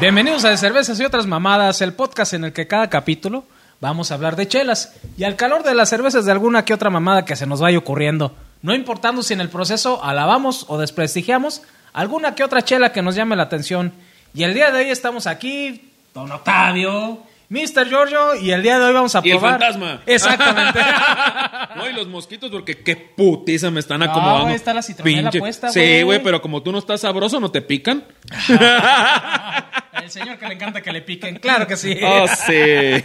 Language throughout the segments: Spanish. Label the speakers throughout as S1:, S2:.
S1: Bienvenidos a De Cervezas y otras mamadas, el podcast en el que cada capítulo vamos a hablar de chelas y al calor de las cervezas de alguna que otra mamada que se nos vaya ocurriendo, no importando si en el proceso alabamos o desprestigiamos alguna que otra chela que nos llame la atención. Y el día de hoy estamos aquí, Don Octavio, Mr. Giorgio, y el día de hoy vamos a
S2: Y el
S1: probar.
S2: fantasma.
S1: Exactamente.
S2: No, y los mosquitos, porque qué putiza me están acomodando.
S1: Ah, güey, está la citronela puesta, güey.
S2: Sí, güey, pero como tú no estás sabroso, ¿no te pican?
S1: el señor que le encanta que le piquen, claro que sí.
S2: Oh, sí.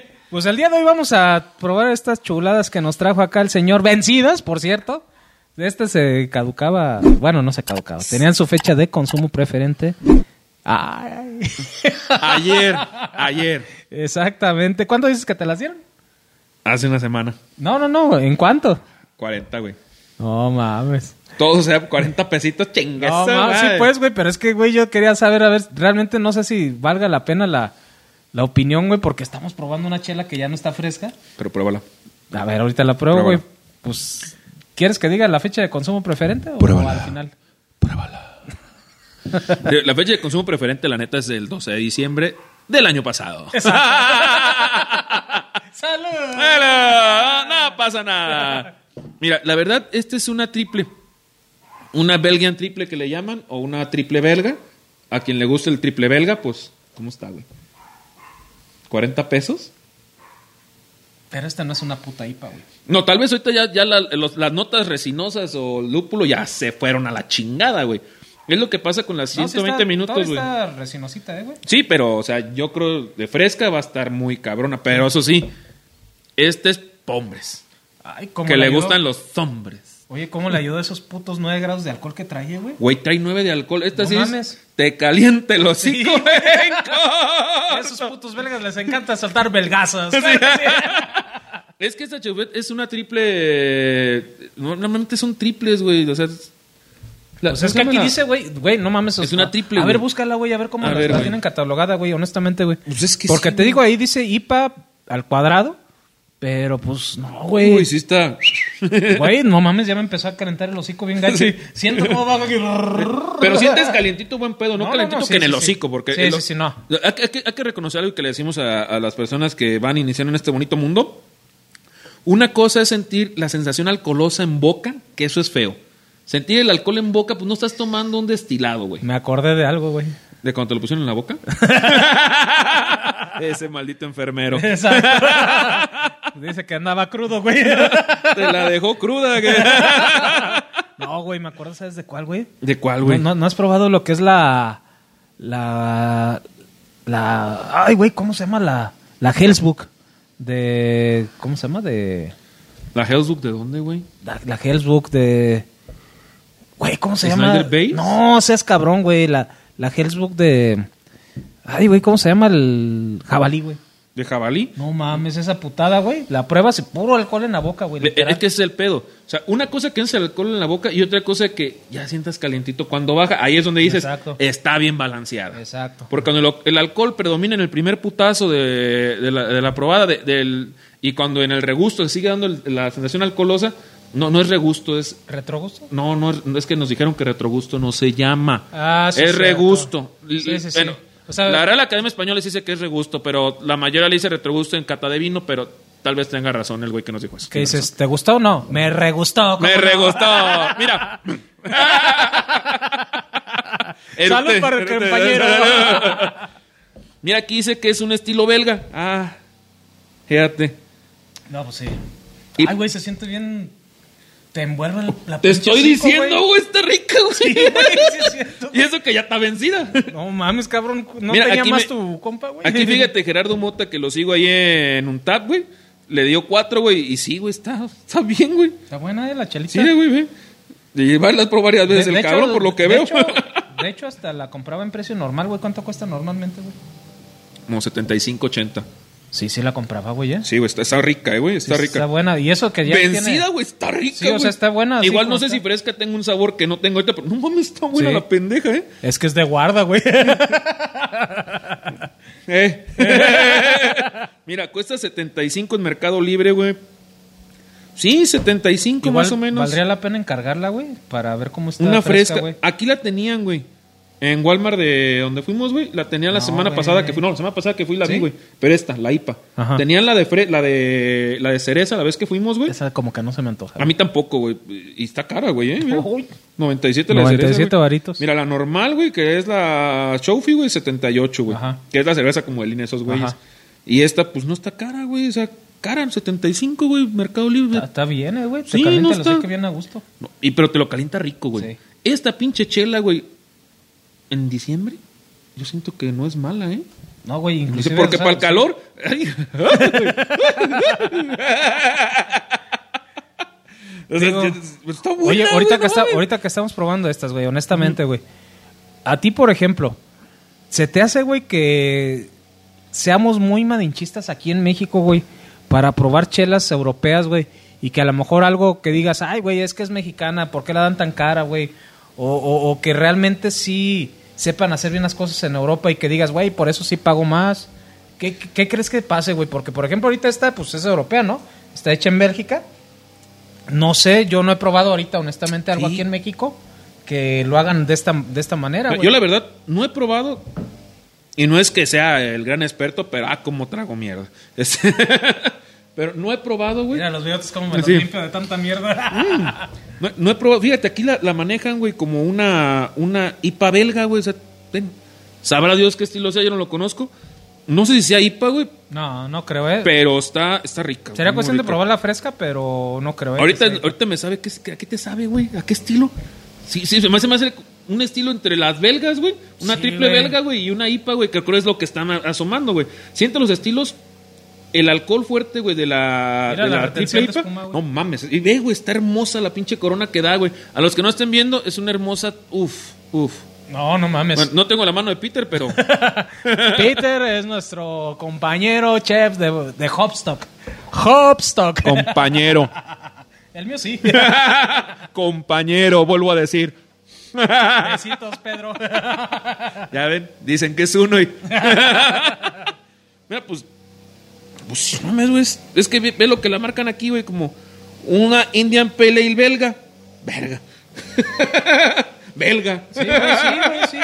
S1: Pues el día de hoy vamos a probar estas chuladas que nos trajo acá el señor Vencidas, por cierto. Este se caducaba, bueno, no se caducaba, tenían su fecha de consumo preferente. Ay,
S2: Ayer, ayer.
S1: exactamente. ¿Cuándo dices que te las dieron?
S2: Hace una semana.
S1: No, no, no, ¿en cuánto?
S2: 40, güey.
S1: No mames.
S2: Todo sea 40 pesitos,
S1: No
S2: chingas.
S1: mames, sí pues, güey, pero es que, güey, yo quería saber, a ver, realmente no sé si valga la pena la, la opinión, güey, porque estamos probando una chela que ya no está fresca.
S2: Pero pruébala.
S1: A ver, ahorita la pruebo,
S2: Pruébala.
S1: güey. Pues, ¿quieres que diga la fecha de consumo preferente o
S2: Pruébala.
S1: al final?
S2: La fecha de consumo preferente, la neta, es el 12 de diciembre del año pasado.
S1: ¡Salud!
S2: ¡Hala! No pasa nada. Mira, la verdad, esta es una triple. Una Belgian triple que le llaman, o una triple belga. A quien le gusta el triple belga, pues, ¿cómo está, güey? ¿40 pesos?
S1: Pero esta no es una puta IPA, güey.
S2: No, tal vez ahorita ya, ya la- los- las notas resinosas o lúpulo ya se fueron a la chingada, güey. Es lo que pasa con las
S1: No,
S2: 120
S1: sí está-
S2: minutos,
S1: todavía
S2: güey.
S1: está resinosita, eh, güey.
S2: Sí, pero, o sea, yo creo de fresca va a estar muy cabrona. Pero eso sí, este es hombres.
S1: Ay, cómo
S2: Que le
S1: ayudó-
S2: gustan los hombres.
S1: Oye, ¿cómo le ayudó esos putos 9 grados de alcohol que traía, güey?
S2: Güey, trae 9 de alcohol. Esta
S1: No
S2: sí es-
S1: mames.
S2: te caliente los hocico.
S1: Sí.
S2: en
S1: A
S2: corto.
S1: esos putos belgas les encanta soltar belgazas.
S2: es que esta chevette es una triple. no, Normalmente son triples, güey. O sea, es- la-
S1: Pues es que aquí
S2: la-
S1: dice, güey, güey, no mames.
S2: Es
S1: o-
S2: una triple,
S1: A ver,
S2: güey.
S1: búscala, güey, a ver cómo
S2: A
S1: la-
S2: ver,
S1: la
S2: güey.
S1: tienen catalogada, güey, honestamente, güey.
S2: Pues es que
S1: Porque
S2: sí,
S1: te
S2: güey.
S1: digo, ahí dice IPA al cuadrado, pero pues no,
S2: Uy,
S1: güey.
S2: sí está.
S1: Güey, no mames, ya me empezó a calentar el hocico bien gacho.
S2: Sí.
S1: Siento cómo va. Pero
S2: Pero sientes calientito, buen pedo, no,
S1: No, no,
S2: calentito
S1: no, sí,
S2: que en
S1: sí,
S2: el
S1: sí.
S2: hocico, porque.
S1: Sí,
S2: el-
S1: sí, sí, no.
S2: Hay, que- hay que, hay que reconocer algo que le decimos a, a las personas que van iniciando en este bonito mundo. Una cosa es sentir la sensación alcoholosa en boca, que eso es feo. Sentir el alcohol en boca, pues no estás tomando un destilado, güey.
S1: Me acordé de algo, güey.
S2: ¿De cuando te lo pusieron en la boca? Ese maldito enfermero.
S1: Exacto. Dice que andaba crudo, güey.
S2: Te la dejó cruda. que-
S1: No, güey, me acuerdo, ¿sabes de cuál, güey?
S2: ¿De cuál, güey?
S1: No, no, ¿no has probado lo que es la. La. La. Ay, güey, ¿cómo se llama? La. La Hellsbook. De. ¿Cómo se llama? De.
S2: ¿La Hell's Book de dónde, güey?
S1: La, la Hellsbook de. Güey, ¿cómo se llama?
S2: ¿Snyder Base?
S1: No, seas cabrón, güey. La, la Hellsbook de. Ay, güey, ¿cómo se llama el jabalí, güey?
S2: ¿De jabalí?
S1: No mames, esa putada, güey. La prueba se puro alcohol en la boca, güey.
S2: Es que
S1: literal.
S2: ese es el pedo. O sea, una cosa que es el alcohol en la boca y otra cosa que ya sientas calientito cuando baja. Ahí es donde dices,
S1: Exacto.
S2: está bien balanceada.
S1: Exacto.
S2: Porque cuando el, el alcohol predomina en el primer putazo de, de la, de la probada de- del, y cuando en el regusto se sigue dando el- la sensación alcoholosa, no, no es regusto, es
S1: ¿Retrogusto?
S2: No, no es, no, es que nos dijeron que retrogusto no se llama.
S1: Ah, sí,
S2: Es
S1: cierto.
S2: regusto.
S1: Sí, sí, sí.
S2: Bueno,
S1: O sea-
S2: la Real Academia Española sí dice que es regusto, pero la mayoría le dice retrogusto en cata de vino, pero tal vez tenga razón el güey que nos dijo eso.
S1: ¿Qué dices? ¿Te gustó o no? Me regustó.
S2: Me
S1: ¿cómo no?
S2: regustó. Mira.
S1: Salud
S2: Erupte.
S1: para el compañero.
S2: este, Mira, aquí dice que es un estilo belga. Ah, fíjate.
S1: No, pues sí.
S2: este. Y-
S1: Ay, güey, se siente bien. Te envuelve la pinche
S2: Te estoy
S1: hocico,
S2: diciendo, güey, está rica, güey.
S1: güey, sí es cierto.
S2: y eso que ya está vencida.
S1: No mames, cabrón. No
S2: Mira,
S1: tenía
S2: aquí
S1: más
S2: me-
S1: tu compa, güey.
S2: Aquí fíjate, Gerardo Mota, que lo sigo ahí en un tap, güey. Le dio cuatro, güey. Y sí, güey, está, está bien, güey.
S1: Está buena eh, la chalita.
S2: Sí, güey, güey. Y va, las probó varias
S1: De-
S2: veces
S1: de
S2: el
S1: hecho,
S2: cabrón, por lo que
S1: de
S2: veo.
S1: hecho- de hecho, hasta la compraba en precio normal, güey. ¿Cuánto cuesta normalmente, güey?
S2: Como 75, 80.
S1: Sí, sí la compraba, güey, ¿eh?
S2: Sí, güey, está, está rica, eh, güey. Está
S1: Sí,
S2: rica.
S1: Está buena. Y eso que ya
S2: Vencida,
S1: tiene-
S2: güey, está rica.
S1: Sí, o sea,
S2: güey.
S1: está buena, así
S2: Igual
S1: como
S2: no sé
S1: está.
S2: si fresca tenga un sabor que no tengo ahorita, pero no mames, está buena
S1: Sí.
S2: la pendeja, eh.
S1: Es que es de guarda, güey.
S2: Eh. Mira, cuesta 75 en Mercado Libre, güey. Sí, 75
S1: Igual
S2: más o menos.
S1: Valdría la pena encargarla, güey, para ver cómo está.
S2: Una fresca.
S1: güey.
S2: Aquí la tenían, güey. En Walmart de donde fuimos, güey, la tenía la
S1: No,
S2: semana
S1: güey.
S2: pasada que fui, no, la semana pasada que fui la
S1: ¿Sí?
S2: vi, güey, pero esta, la IPA.
S1: Ajá.
S2: Tenían la de fre- la de la de cereza la vez que fuimos, güey.
S1: Esa como que no se me antoja.
S2: A mí tampoco, güey, y está cara, güey, eh, mira.
S1: Uy.
S2: 97 la de
S1: 97
S2: cereza, güey.
S1: varitos.
S2: Mira, la normal, güey, que es la Chofi, güey, 78, güey.
S1: Ajá.
S2: Que es la cerveza como el INE, esos güeyes.
S1: Ajá.
S2: Y esta, pues no está cara, güey. O sea, cara, 75, güey, Mercado Libre.
S1: Está, está bien, eh, güey. Te
S2: Sí,
S1: calienta
S2: no
S1: el
S2: está-
S1: hocico bien a gusto.
S2: No, y pero te lo calienta rico, güey.
S1: Sí.
S2: Esta pinche chela, güey, en diciembre, yo siento que no es mala, ¿eh?
S1: No, ¿eh? güey,
S2: Dice,
S1: inclusive...
S2: porque
S1: o sea,
S2: para el calor. Ay. O sea,
S1: Digo,
S2: está buena,
S1: Oye,
S2: güey,
S1: ahorita,
S2: no
S1: que está-
S2: mames.
S1: ahorita que estamos probando estas, güey, honestamente, güey. A ti, por ejemplo, ¿se te hace, güey, que seamos muy madinchistas aquí en México, güey, para probar chelas europeas, güey? Y que a lo mejor algo que digas, ay, güey, es que es mexicana, ¿por qué la dan tan cara, güey? O, o- o que realmente sí sepan hacer bien las cosas en Europa y que digas, güey, por eso sí pago más. ¿Qué, qué- qué crees que pase, güey? Porque, por ejemplo, ahorita esta, pues es europea, ¿no? Está hecha en Bélgica. No sé, yo no he probado ahorita, honestamente, algo
S2: Sí.
S1: aquí en México que lo hagan de esta, de esta manera, güey.
S2: Yo la verdad no he probado y no es que sea el gran experto, pero ah, como trago mierda. Es- pero no he probado, güey.
S1: Mira los bigotes como me los
S2: Sí.
S1: limpio de tanta mierda.
S2: No, no he probado. Fíjate, aquí la, la manejan, güey, como una, una IPA belga, güey. O sea, ten- sabrá Dios qué estilo sea, yo no lo conozco. No sé si sea IPA, güey,
S1: No, no creo, eh.
S2: pero está, está rica.
S1: Sería
S2: muy
S1: cuestión de
S2: rica.
S1: probarla fresca, pero no creo. eh,
S2: Ahorita,
S1: que sea-
S2: ahorita me sabe qué, es- a qué te sabe, güey. ¿A qué estilo? Sí, sí, se me hace más el- un estilo entre las belgas, güey. Una
S1: Sí,
S2: triple
S1: güey.
S2: belga, güey, y una IPA, güey, que creo es lo que están a- asomando, güey. Siente los estilos. El alcohol fuerte, güey, de la,
S1: Mira
S2: de
S1: la
S2: la
S1: retención
S2: triple
S1: de
S2: IPA.
S1: espuma, güey.
S2: no mames. Y ve, güey, está hermosa la pinche corona que da, güey. A los que no estén viendo, es una hermosa. Uf, uf.
S1: No, no mames.
S2: Bueno, no tengo la mano de Peter, pero.
S1: Peter es nuestro compañero chef de, de Hopstock. Hopstock.
S2: compañero.
S1: El mío sí.
S2: compañero, vuelvo a decir.
S1: Besitos, Pedro.
S2: Ya ven, dicen que es uno y. Mira, pues. Pues sí, no mames, güey. Es- Es que ve, ve lo que la marcan aquí, güey, como una Indian Pale Ale belga. Verga. belga.
S1: Sí, güey, sí, güey, sí.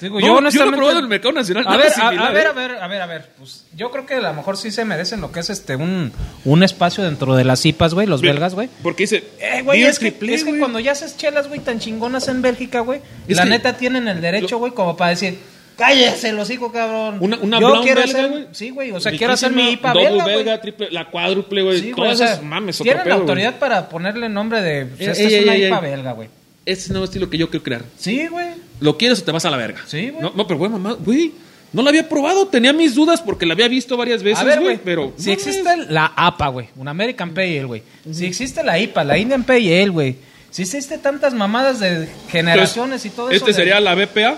S1: Digo,
S2: No,
S1: yo
S2: yo
S1: honestamente.
S2: lo he probado en el mercado nacional,
S1: A
S2: nada
S1: ver, a,
S2: similar,
S1: a ver,
S2: ¿eh?
S1: a ver, a ver, a ver. Pues yo creo que a lo mejor sí se merecen lo que es este un, un espacio dentro de las IPAs, güey, los belgas, güey.
S2: Porque dice.
S1: Eh, güey,
S2: beer
S1: es que,
S2: triple,
S1: es que
S2: güey.
S1: cuando ya haces chelas, güey, tan chingonas en Bélgica, güey,
S2: Es
S1: la
S2: que-
S1: neta tienen el derecho,
S2: lo-
S1: güey, como para decir, cállese los hijos, cabrón.
S2: Una, una
S1: Yo
S2: brown
S1: quiero
S2: belga,
S1: hacer-
S2: güey.
S1: Sí, güey, o sea,
S2: Riquísima,
S1: quiero hacer mi IPA
S2: double
S1: belga, güey.
S2: triple, la cuádruple, güey.
S1: Sí, güey, o
S2: todas
S1: sea,
S2: esas mames, otro
S1: tienen la
S2: pedo, güey. Eh,
S1: autoridad para ponerle nombre de, pues,
S2: Ey,
S1: esta
S2: ey,
S1: es una
S2: ey,
S1: IPA
S2: ey.
S1: belga, güey.
S2: Ese es el nuevo estilo que yo quiero crear.
S1: Sí, güey.
S2: ¿Lo quieres o te vas a la verga?
S1: Sí, güey.
S2: No, no, pero güey, mamá, güey. No la había probado, tenía mis dudas porque la había visto varias veces,
S1: A ver,
S2: Pues güey.
S1: güey,
S2: Pero.
S1: si
S2: no
S1: existe la APA, güey, una American Pale Ale, güey. Si existe la IPA, la Indian Pale Ale, güey. Si existe tantas mamadas de
S2: Entonces,
S1: generaciones y todo eso.
S2: Este
S1: de-
S2: sería la BPA,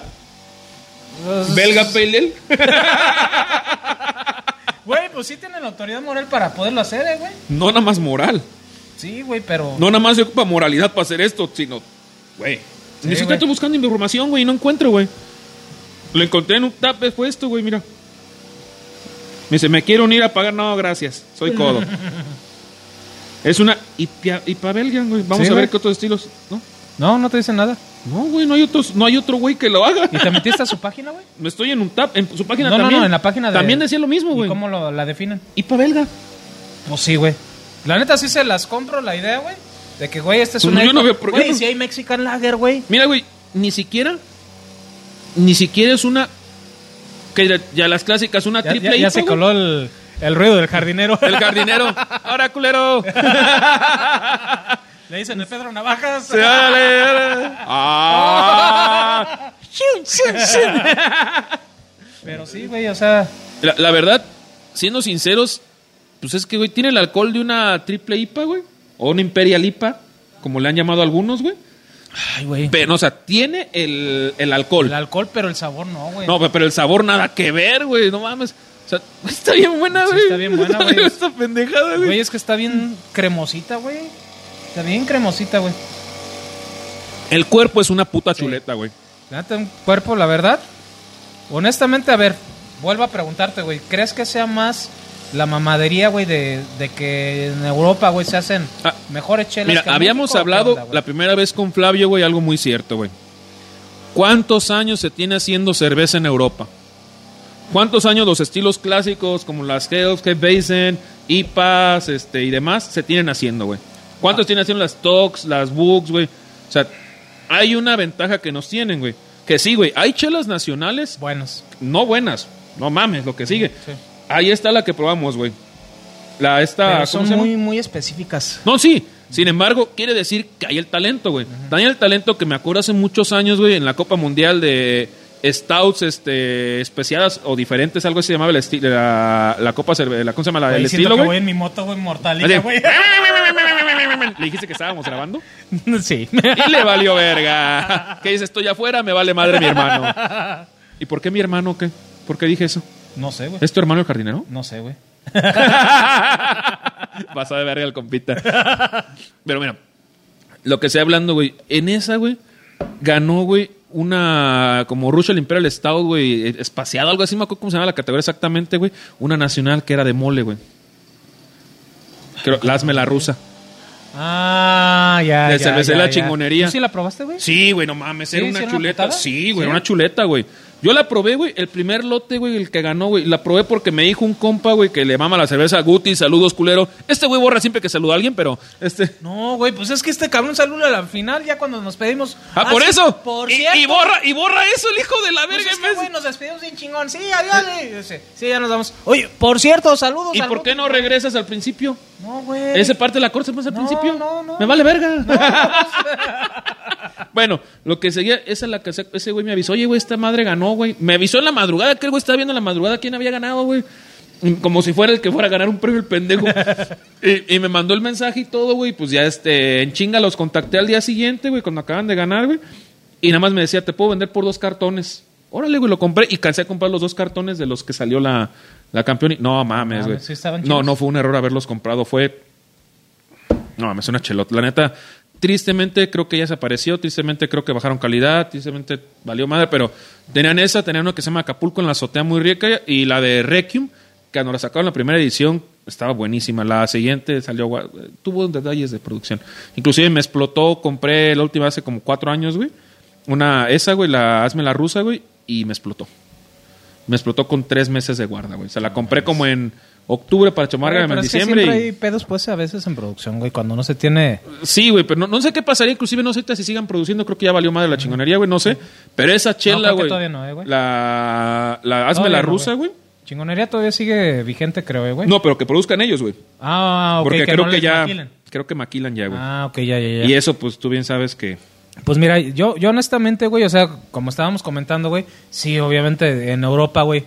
S1: Los-
S2: Belga Pale Ale.
S1: Güey, pues sí tienen la autoridad moral para poderlo hacer, eh, güey.
S2: No nada más moral.
S1: Sí, güey, pero
S2: No nada más se ocupa moralidad para hacer esto, sino. Güey.
S1: Sí,
S2: Necesito
S1: güey.
S2: estoy buscando información, güey, y no encuentro, güey. Lo encontré en un tap puesto, güey, mira. Me dice, me quiero unir a pagar. No, gracias. Soy codo. es una IPA, IPA belga, güey. Vamos
S1: Sí,
S2: a ver
S1: güey.
S2: qué otros estilos, ¿no?
S1: No, no te dicen nada.
S2: No, güey, no hay otros, no hay otro güey que lo haga.
S1: ¿Y te metiste a su página, güey?
S2: Me estoy en un tab, en su página
S1: No, no,
S2: también.
S1: no, en la página de-
S2: También decía lo mismo,
S1: ¿Y
S2: güey.
S1: cómo lo, la definen?
S2: IPA belga.
S1: Pues sí, güey. La neta sí se las compro la idea, güey. De que, güey, este es
S2: Pues
S1: una.
S2: no, yo
S1: IPA.
S2: no veo por qué
S1: Güey,
S2: no.
S1: si hay Mexican Lager, güey.
S2: Mira, güey, ni siquiera ni siquiera es una que ya, ya las clásicas una
S1: Ya,
S2: triple
S1: ya- ya
S2: IPA,
S1: se
S2: güey.
S1: coló el, el ruido del jardinero.
S2: el jardinero. Ahora culero.
S1: Le dicen el Pedro Navajas.
S2: Sí, órale, órale. Ah.
S1: Pero sí, güey, o sea.
S2: La, la verdad, siendo sinceros, pues es que güey tiene el alcohol de una triple IPA, güey, o una Imperial IPA, como le han llamado algunos, güey.
S1: Ay, güey.
S2: Pero, o sea, tiene el, el alcohol.
S1: El alcohol, pero el sabor no, güey.
S2: No, pero el sabor nada que ver, güey. No mames. O sea, está bien buena,
S1: Sí,
S2: güey.
S1: está bien buena, güey.
S2: Esta pendejada,
S1: güey,
S2: güey.
S1: es que está bien cremosita, güey. Está bien cremosita, güey.
S2: El cuerpo es una puta chuleta, güey.
S1: La neta, un cuerpo, la verdad. Honestamente, a ver, vuelvo a preguntarte, güey. ¿Crees que sea más la mamadería, güey, de, de que en Europa, güey, se hacen
S2: Ah,
S1: mejores chelas?
S2: Mira,
S1: que en
S2: habíamos
S1: México, o qué
S2: hablado
S1: onda, güey?
S2: la primera vez con Flavio, güey, algo muy cierto, güey. ¿Cuántos años se tiene haciendo cerveza en Europa? ¿Cuántos años los estilos clásicos como las Hells, Hefeweizen, IPAs este, y demás se tienen haciendo, güey?
S1: Ah.
S2: ¿Cuántos tienen haciendo las Tox, las Bugs, güey? O sea, hay una ventaja que nos tienen, güey. Que sí, güey, hay chelas nacionales
S1: Buenos.
S2: no buenas. No mames, lo que sigue.
S1: Sí.
S2: Ahí está la que probamos, güey. La esta...
S1: Pero
S2: ¿cómo
S1: son
S2: se llama?
S1: muy, muy específicas.
S2: No, sí. Sin embargo, quiere decir que hay el talento, güey. También el talento que me acuerdo hace muchos años, güey, en la Copa Mundial de Stouts este, especiadas o diferentes, algo así se llamaba el esti- la, la Copa, cerve- la, ¿cómo se llama? La,
S1: Güey,
S2: Ah, el
S1: siento
S2: estilo,
S1: que voy
S2: güey.
S1: en mi moto, güey,
S2: Así,
S1: mortalita, güey.
S2: ¿Le dijiste que estábamos grabando?
S1: sí.
S2: Y le valió verga. ¿Qué dice? Estoy afuera, me vale madre mi hermano. ¿Y por qué mi hermano qué? ¿Por qué dije eso?
S1: No sé, güey.
S2: ¿Es tu hermano el jardinero?
S1: No sé, güey.
S2: Vas a verga el compita. Pero mira, lo que estoy hablando, güey, en esa, güey, ganó, güey, una como Russell Imperial Stout, güey, eh, espaciada, algo así, no me acuerdo cómo se llama la categoría exactamente, güey, una nacional que era de mole, güey. Creo, la hazme la rusa.
S1: Ah, ya.
S2: De
S1: ya,
S2: cervecería
S1: ya, ya.
S2: La Chingonería.
S1: ¿Tú sí la probaste, güey?
S2: Sí, güey, no mames, era
S1: ¿Sí?
S2: una
S1: ¿Sí era una
S2: chuleta.
S1: putada?
S2: sí,
S1: ¿Sí?
S2: güey, era una chuleta, güey. Yo la probé, güey, el primer lote, güey, el que ganó, güey. La probé porque me dijo un compa, güey, que le mama la cerveza Guti, saludos, culero. Este güey borra siempre que saluda a alguien, pero este.
S1: No, güey, pues es que este cabrón saluda a la final ya cuando nos pedimos.
S2: Ah, por
S1: sí,
S2: eso.
S1: Por
S2: y,
S1: cierto.
S2: y borra, y borra eso, el hijo de la
S1: Pues
S2: verga.
S1: es
S2: en
S1: que,
S2: vez-
S1: güey, nos despedimos bien chingón. Sí, adiós. y dice, Sí, ya nos vamos. Oye, por cierto, saludos.
S2: ¿Y
S1: pues al
S2: por qué no regresas al principio?
S1: No, güey.
S2: Esa parte de la corte se pasa al
S1: No,
S2: principio.
S1: no, no. pues,
S2: Me vale verga. bueno, lo que seguía, esa es la que se- ese güey me avisó, oye, güey, esta madre ganó, güey. Me avisó en la madrugada, que el güey estaba viendo en la madrugada quién había ganado, güey. Mm, Como si fuera el que fuera a ganar un premio el pendejo. y, y me mandó el mensaje y todo, güey. Pues ya este, en chinga los contacté al día siguiente, güey, cuando acaban de ganar, güey. Y nada más me decía, te puedo vender por dos cartones. Órale, güey, lo compré y cansé a comprar los dos cartones de los que salió la, la campeona. No mames,
S1: Mames,
S2: güey.
S1: sí estaban
S2: no,
S1: chidos.
S2: no fue un error haberlos comprado, fue no, mames, una chelota. La neta, tristemente creo que ya se apareció, tristemente creo que bajaron calidad, tristemente valió madre, pero tenían esa, tenían una que se llama Acapulco en la azotea muy rica y la de Requiem, que cuando la sacaron la primera edición estaba buenísima. La siguiente salió, gua- tuvo detalles de producción. Inclusive me explotó, compré la última hace como cuatro años, güey. Una, esa, güey, la hazme la rusa, güey, y me explotó. Me explotó con tres meses de guarda, güey. O sea, la compré como en octubre para
S1: Güey,
S2: Chamárgame en
S1: pero es que
S2: diciembre.
S1: siempre
S2: y-
S1: hay pedos, pues, a veces en producción, güey, cuando no se tiene.
S2: Sí, güey, pero no, no sé qué pasaría. Inclusive no sé si sigan produciendo. Creo que ya valió madre la chingonería, güey. No sé. Pero esa
S1: No,
S2: chela,
S1: creo que
S2: güey.
S1: todavía no, eh, güey.
S2: La, la hazme
S1: Todavía
S2: la
S1: no,
S2: rusa, güey.
S1: Chingonería todavía sigue vigente, creo, eh, güey.
S2: No, pero que produzcan ellos, güey.
S1: Ah, ok.
S2: Porque
S1: que
S2: creo
S1: no
S2: que
S1: les
S2: ya...
S1: maquilen.
S2: Creo que maquilan ya, güey.
S1: Ah, ok, ya, ya, ya.
S2: Y eso, pues tú bien sabes que...
S1: Pues mira, yo, yo honestamente, güey, o sea, como estábamos comentando, güey, sí, obviamente en Europa, güey,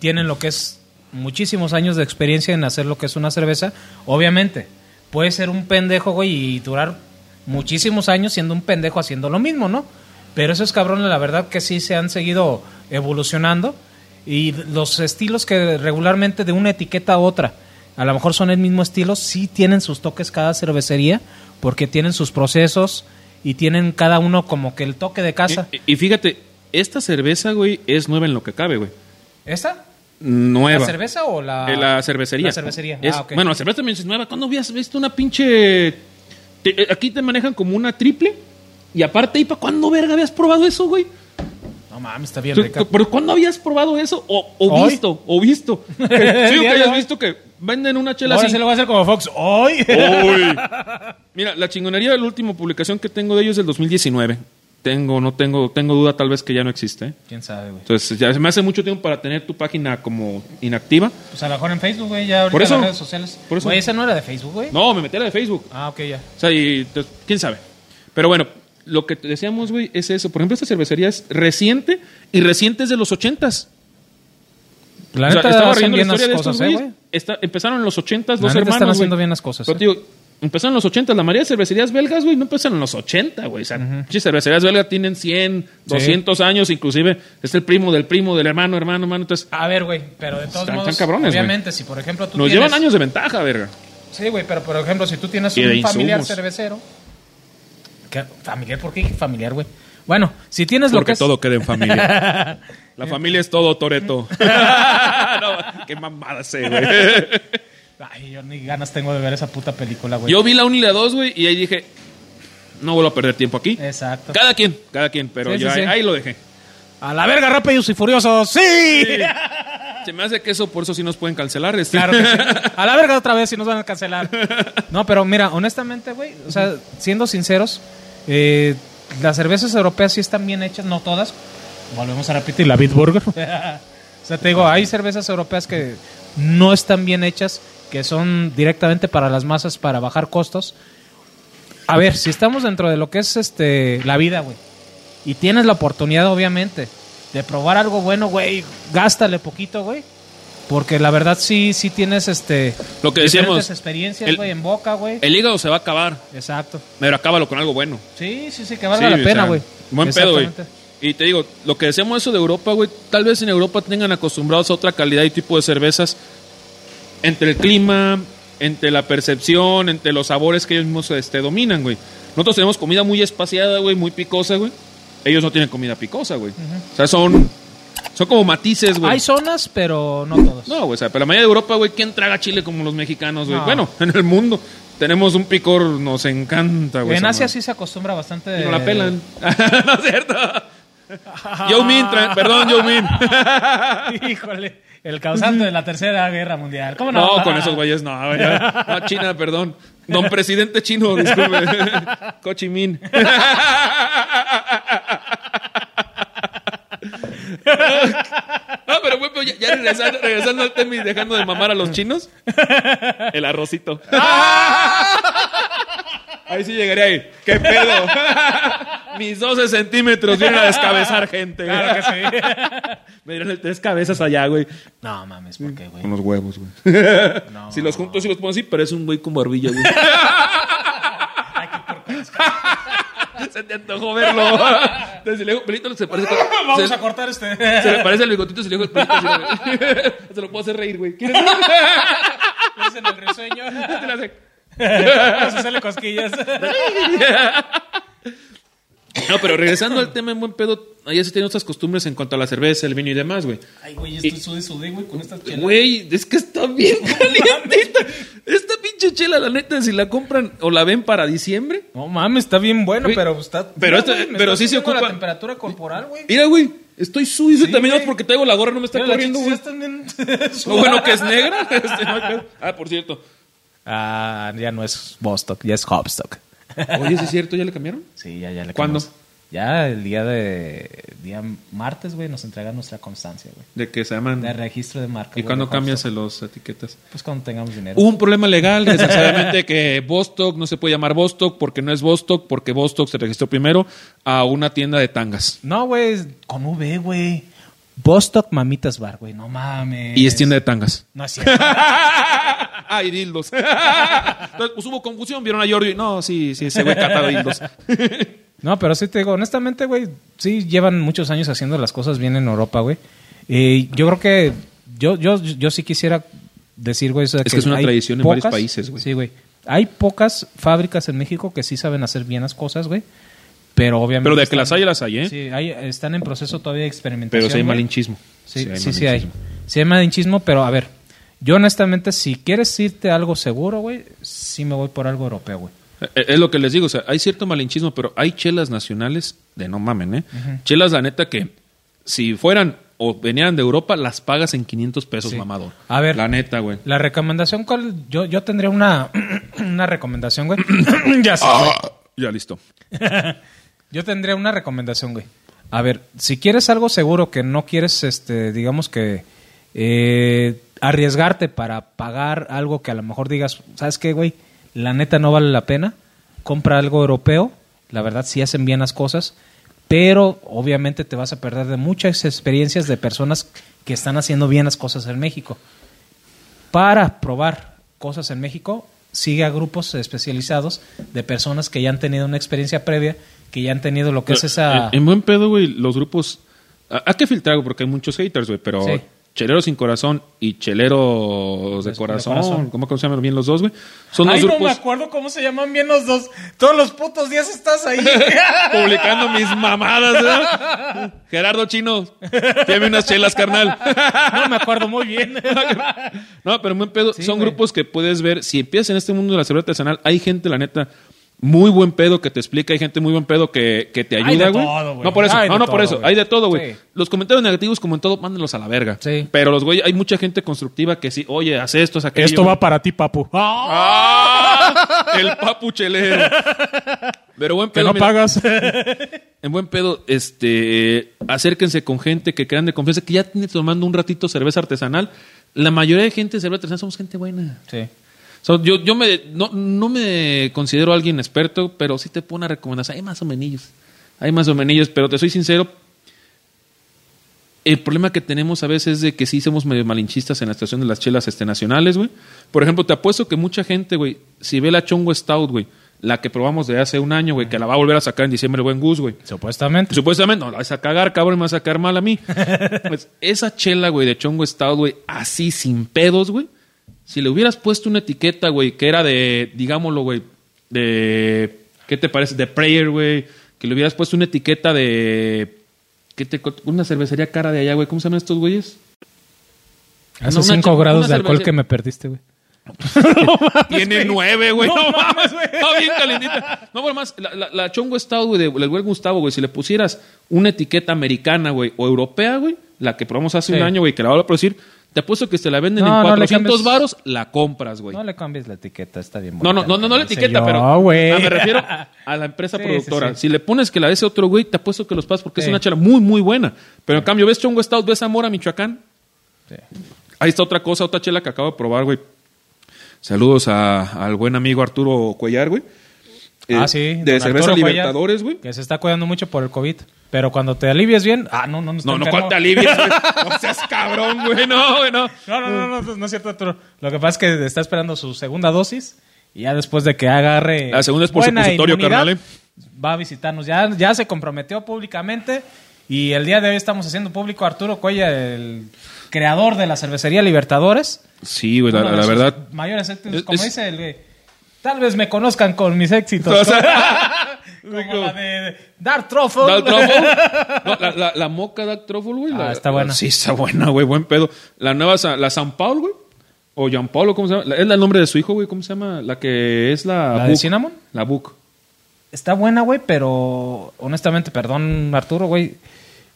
S1: tienen lo que es muchísimos años de experiencia en hacer lo que es una cerveza. Obviamente, puede ser un pendejo, güey, y durar muchísimos años siendo un pendejo haciendo lo mismo, ¿no? Pero esos cabrones, la verdad que sí se han seguido evolucionando y los estilos que regularmente de una etiqueta a otra, a lo mejor son el mismo estilo, sí tienen sus toques cada cervecería, porque tienen sus procesos y tienen cada uno como que el toque de casa.
S2: Y, y fíjate, esta cerveza, güey, es nueva en lo que cabe, güey.
S1: ¿Esta?
S2: Nueva.
S1: ¿La cerveza o la...?
S2: Eh, la cervecería.
S1: La cervecería,
S2: Es-
S1: ah, ok.
S2: Bueno, la cerveza también es nueva. ¿Cuándo habías visto una pinche... te- eh, aquí te manejan como una triple. Y aparte, IPA, ¿cuándo verga habías probado eso, güey?
S1: No mames, está bien
S2: Tú-
S1: rica.
S2: tú- Pero ¿cuándo habías probado eso? O, o
S1: Hoy.
S2: visto, o visto. Sí, o que
S1: día de
S2: hayas
S1: hoy.
S2: visto que venden una chela
S1: Ahora
S2: así.
S1: sí lo voy a hacer como Fox. ¡Hoy!
S2: Uy. Mira, la chingonería, la última publicación que tengo de ellos es del 2019. Tengo, no tengo, tengo duda tal vez que ya no existe. ¿eh?
S1: ¿Quién sabe, güey?
S2: Entonces, ya se me hace mucho tiempo para tener tu página como inactiva.
S1: Pues a lo mejor en Facebook, güey, ya ahorita
S2: Por eso.
S1: las redes sociales.
S2: Por eso.
S1: Güey, ¿esa no era de Facebook, güey?
S2: No, me metí a la de Facebook.
S1: Ah, ok, ya.
S2: O sea, y te- quién sabe. Pero bueno, lo que te decíamos, güey, es eso. Por ejemplo, esta cervecería es reciente y reciente es de los ochentas.
S1: La
S2: O sea,
S1: neta,
S2: estaba
S1: hacen
S2: riendo la
S1: bien las
S2: historia de
S1: cosas,
S2: estos
S1: ¿eh,
S2: güeyes.
S1: güey?
S2: Está- empezaron en los 80
S1: La
S2: dos
S1: neta,
S2: hermanos.
S1: están haciendo
S2: güey.
S1: bien las cosas,
S2: Pero
S1: ¿eh?
S2: te digo, empezaron en los 80 La mayoría de cervecerías belgas, güey, no empezaron en los 80, güey. O sea, pinches cervecerías belgas tienen 100, 200 años, inclusive. Es el primo del primo, del hermano, hermano, hermano. Entonces,
S1: A ver, güey, pero de todos
S2: Están-
S1: modos,
S2: están cabrones, güey.
S1: obviamente, si por ejemplo Ah, tú
S2: nos
S1: tienes...
S2: llevan años de ventaja, verga.
S1: Sí, güey, pero por ejemplo, si tú tienes
S2: Y de
S1: un familiar
S2: insumos.
S1: cervecero. ¿Qué? ¿Familiar? ¿Por qué dije familiar, güey? Bueno, si tienes lo que
S2: Porque
S1: es-
S2: todo queda en familia. La familia es todo, Toreto. No, qué mamada sé, güey.
S1: Ay, yo ni ganas tengo de ver esa puta película, güey.
S2: Yo vi la 1 y la 2, güey, y ahí dije, No vuelvo a perder tiempo aquí.
S1: Exacto.
S2: Cada quien, cada quien, pero
S1: Sí,
S2: ya
S1: sí,
S2: ahí,
S1: sí.
S2: ahí lo dejé.
S1: A la verga, rápidos y furiosos. ¡Sí!
S2: Se me hace que eso por eso sí nos pueden cancelar. este.
S1: Claro que sí. A la verga otra vez si nos van a cancelar. No, pero mira, honestamente, güey, o sea, siendo sinceros, eh, las cervezas europeas sí están bien hechas, no todas. Volvemos a repetir, la Bitburger. o sea, te digo, hay cervezas europeas que no están bien hechas, que son directamente para las masas, para bajar costos. A ver, si estamos dentro de lo que es este la vida, güey, y tienes la oportunidad, obviamente, de probar algo bueno, güey, gástale poquito, güey. Porque la verdad sí, sí tienes este
S2: Lo que
S1: diferentes
S2: decíamos,
S1: experiencias,
S2: el-
S1: güey, en boca, güey.
S2: el hígado se va a acabar,
S1: Exacto.
S2: pero acábalo con algo bueno.
S1: Sí, sí, sí, que valga
S2: Sí,
S1: la
S2: o
S1: pena,
S2: sea,
S1: güey.
S2: Buen pedo, güey.
S1: Exactamente.
S2: Y te digo, lo que decíamos eso de Europa, güey, tal vez en Europa tengan acostumbrados a otra calidad y tipo de cervezas entre el clima, entre la percepción, entre los sabores que ellos mismos este, dominan, güey. Nosotros tenemos comida muy espaciada, güey, muy picosa, güey. Ellos no tienen comida picosa, güey. O sea, son, son como matices, güey.
S1: Hay zonas, pero no todos.
S2: No, güey, o sea, pero la mayoría de Europa, güey, ¿quién traga chile como los mexicanos, güey?
S1: No.
S2: Bueno, en el mundo tenemos un picor, nos encanta, güey.
S1: en
S2: esa
S1: Asia
S2: madre.
S1: sí se acostumbra bastante.
S2: Y
S1: de-
S2: no la pelan. no es cierto. Yo Min, tra- perdón, Yo Min.
S1: Híjole, el causante de la Tercera Guerra Mundial. ¿Cómo no?
S2: no, con esos güeyes no, güey. No, China, perdón. Don presidente chino, disculpe. Cochimín. No, pero güey, pero ya, ya regresando, regresando al tema y dejando de mamar a los chinos, el arrocito. Ahí sí llegaría ahí. ¿Qué pedo? Mis 12 centímetros vienen a descabezar gente. güey.
S1: Claro que sí.
S2: Me dieron el tres cabezas allá, güey.
S1: No mames, ¿por qué, güey?
S2: Con los huevos, güey.
S1: No.
S2: Si los juntos y los pongo así, parece un güey con barbilla, güey. se te antojó verlo. Entonces, si le digo, pelito, se parece.
S1: Vamos
S2: se,
S1: a cortar este.
S2: se le parece el bigotito, si le digo, pelito, así, güey. se lo puedo hacer reír, güey. ¿Quieres?
S1: Dicen el risueño.
S2: Te la hace.
S1: Vamos a hacerle cosquillas.
S2: No, pero regresando al tema en buen pedo, allá se tienen otras costumbres en cuanto a la cerveza, el vino y demás, güey.
S1: Ay, güey, estoy sudé, sudé, güey, con estas chelas.
S2: Güey, es que está bien caliente. Esta, esta pinche chela, la neta, si la compran o la ven para diciembre.
S1: No mames, está bien bueno,
S2: Güey,
S1: pero está.
S2: pero esto-
S1: güey, me
S2: pero
S1: está
S2: sí se
S1: subiendo la
S2: ocupa-
S1: temperatura corporal, güey.
S2: Mira, güey, estoy suizo
S1: Sí,
S2: y también
S1: güey.
S2: es porque traigo la gorra, no me está
S1: Mira, las
S2: corriendo, güey.
S1: chichis ya están bien
S2: Lo bueno que es negra. Este, no hay pedo. ah, por cierto.
S1: Ah, ya no es Bostock, ya es Hopstock.
S2: Oye, ¿sí ¿es cierto? ¿Ya le cambiaron?
S1: Sí, ya, ya le
S2: ¿Cuándo?
S1: cambiamos. Ya el día de. Día martes, güey, nos entregan nuestra constancia, güey.
S2: De que se llaman.
S1: De registro de marca.
S2: Mm. ¿Y
S1: güey, de
S2: cuándo
S1: Hopstock.
S2: cambias Uh. los etiquetas?
S1: Pues cuando tengamos dinero.
S2: Hubo un problema legal, desgraciadamente, que Bostock no se puede llamar Bostock porque no es Bostock, porque Bostock se registró primero a una tienda de tangas.
S1: No, güey, es con V, güey. Bostock Mamitas Bar, güey, no mames.
S2: Y es tienda de tangas.
S1: No es cierto.
S2: Ay, dildos. Entonces, pues hubo confusión, vieron a Jordi. No, sí, sí, ese güey cata dildos.
S1: No, pero sí te digo, honestamente, güey, sí llevan muchos años haciendo las cosas bien en Europa, güey. Y yo creo que yo, yo, yo sí quisiera decir, güey, eso de
S2: Es que es una
S1: hay
S2: tradición en varios países, güey.
S1: Sí, güey. Hay pocas fábricas en México que sí saben hacer bien las cosas, güey. Pero obviamente.
S2: Pero de que
S1: están-
S2: las hay, las hay, ¿eh?
S1: Sí, hay- están en proceso todavía de experimentación.
S2: Pero sí hay
S1: güey.
S2: malinchismo.
S1: Sí,
S2: hay
S1: sí, sí hay.
S2: malinchismo.
S1: Sí hay malinchismo, pero a ver, yo honestamente, si quieres irte a algo seguro, güey, sí me voy por algo europeo, güey.
S2: Eh, Es lo que les digo, o sea, hay cierto malinchismo, pero hay chelas nacionales de no mamen, ¿eh? Chelas, la neta, que si fueran o venían de Europa, las pagas en 500 pesos,
S1: Sí.
S2: mamador.
S1: A ver.
S2: La neta, güey.
S1: La recomendación, ¿cuál? Yo, yo tendría una, una recomendación, güey. ya sé. güey.
S2: Ya listo.
S1: Yo tendría una recomendación, güey. A ver, si quieres algo seguro que no quieres, este, digamos que eh, arriesgarte para pagar algo que a lo mejor digas, ¿sabes qué, güey? La neta no vale la pena. Compra algo europeo. La verdad, sí hacen bien las cosas. Pero obviamente te vas a perder de muchas experiencias de personas que están haciendo bien las cosas en México para probar cosas en México, sigue a grupos especializados de personas que ya han tenido una experiencia previa, que ya han tenido lo que
S2: Eh,
S1: es esa...
S2: En, en buen pedo, güey, los grupos. ha- Hay que filtrar, güey, porque hay muchos haters, güey, pero.
S1: Sí. Pues,
S2: Cheleros sin corazón y cheleros de,
S1: De
S2: corazón,
S1: corazón.
S2: ¿Cómo que se llaman bien los dos, güey? Son los
S1: Ay, no me
S2: grupos
S1: acuerdo cómo se llaman bien los dos. Todos los putos días estás ahí.
S2: publicando mis mamadas, ¿verdad? Gerardo Chino, tiene unas chelas, carnal.
S1: no me acuerdo muy bien.
S2: No, pero buen pedo.
S1: Sí,
S2: son
S1: güey.
S2: grupos que puedes ver. Si empiezas en este mundo de la cerveza artesanal, hay gente, la neta, muy buen pedo que te explica, hay gente muy buen pedo que, que te
S1: Hay
S2: ayuda,
S1: de
S2: güey.
S1: todo, güey.
S2: No por eso,
S1: Hay de
S2: no, no
S1: todo,
S2: por eso,
S1: güey.
S2: hay de todo, güey.
S1: Sí.
S2: Los comentarios negativos, como en todo, mándenlos a la verga.
S1: Sí.
S2: Pero los güey, hay mucha gente constructiva que sí, oye, haz esto, haz aquello.
S3: Esto va para ti, papu. Ah,
S2: ¡Ah! El papuchelero. Pero buen
S3: que
S2: pedo.
S3: no
S2: mira,
S3: pagas.
S2: en buen pedo, este, acérquense con gente que crean de confianza, que ya tiene tomando un ratito cerveza artesanal. La mayoría de gente de cerveza artesanal somos gente buena.
S1: Sí.
S2: So, yo yo me, no, no me considero alguien experto, pero sí te pongo una recomendación. Hay más o menos. Hay más o menos, pero te soy sincero. El problema que tenemos a veces es de que sí somos medio malinchistas en la estación de las chelas este, nacionales, güey. Por ejemplo, te apuesto que mucha gente, güey, si ve la Chongo Stout, güey, la que probamos de hace un año, güey, que la va a volver a sacar en diciembre el buen Gus, güey.
S1: Supuestamente.
S2: Supuestamente, no, la vas a cagar, cabrón, me vas a sacar mal a mí. Pues, esa chela, güey, de Chongo Stout, güey, así sin pedos, güey. Si le hubieras puesto una etiqueta, güey, que era de, digámoslo, güey, de. ¿Qué te parece? De Prayer, güey. Que le hubieras puesto una etiqueta de. ¿Qué te, co- una cervecería cara de allá, güey. ¿Cómo se llaman estos güeyes?
S1: Hace
S2: No, una
S1: 5
S2: ch-
S1: grados
S2: una
S1: de alcohol
S2: cerveza-
S1: que me perdiste, güey.
S2: Tiene nueve, güey. No, mames, güey. Está bien calentita. No, por más, la, la, la chongo Stout, güey, del güey Gustavo, güey, si le pusieras una etiqueta americana, güey, o europea, güey, la que probamos hace
S1: Sí.
S2: un año, güey, que la voy a producir, te apuesto que si te la venden
S1: No,
S2: en
S1: no le
S2: 400
S1: cambies.
S2: varos, la compras, güey.
S1: No le cambies la etiqueta, está bien.
S2: No, no,
S1: bonita
S2: no, no, no la
S1: que
S2: etiqueta,
S1: hice yo,
S2: pero.
S1: güey.
S2: Ah, me refiero a la empresa
S1: Sí,
S2: productora.
S1: sí, sí.
S2: Si le pones que la de ese otro güey, te apuesto que los pasas porque
S1: Sí.
S2: es una chela muy, muy buena. Pero en cambio, ves Chongo Stout, ves Zamora, Michoacán.
S1: Sí.
S2: Ahí está otra cosa, otra chela que acabo de probar, güey. Saludos a- al buen amigo Arturo Cuellar, güey. Eh,
S1: Ah, sí.
S2: De
S1: don
S2: Cerveza
S1: Arturo Cuellar,
S2: Libertadores, güey.
S1: Que se está cuidando mucho por el COVID. Pero cuando te alivies bien. Ah, no, no, no. está
S2: No, no,
S1: enfermo.
S2: ¿cuál te alivias, güey? No seas cabrón, güey. No, güey, no.
S1: No, no, no, no, no, no es cierto, Arturo. Lo que pasa es que está esperando su segunda dosis y ya después de que agarre.
S2: La segunda es por
S1: buena
S2: supositorio,
S1: inmunidad,
S2: carnal, ¿eh?
S1: Va a visitarnos. Ya, ya se comprometió públicamente y el día de hoy estamos haciendo público a Arturo Cuella, el creador de la cervecería Libertadores.
S2: Sí, güey, Pues
S1: Uno
S2: la,
S1: de
S2: la
S1: sus
S2: verdad.
S1: Mayores éxitos.
S2: Es-
S1: como
S2: es-
S1: dice el güey, Tal vez me conozcan con mis éxitos.
S2: O sea,
S1: como la de Dark Truffle.
S2: Dark Truffle. No, la, la- la moca Dark Truffle, güey. la-
S1: Ah, está buena.
S2: Sí, está buena, güey. Buen pedo. La nueva, Sa- la San Paul, güey. O Jean Paulo, ¿cómo se llama? La- Es la- el nombre de su hijo, güey. ¿Cómo se llama? La que es la.
S1: ¿La de Cinnamon?
S2: La Book.
S1: Está buena, güey, pero honestamente, perdón, Arturo, güey.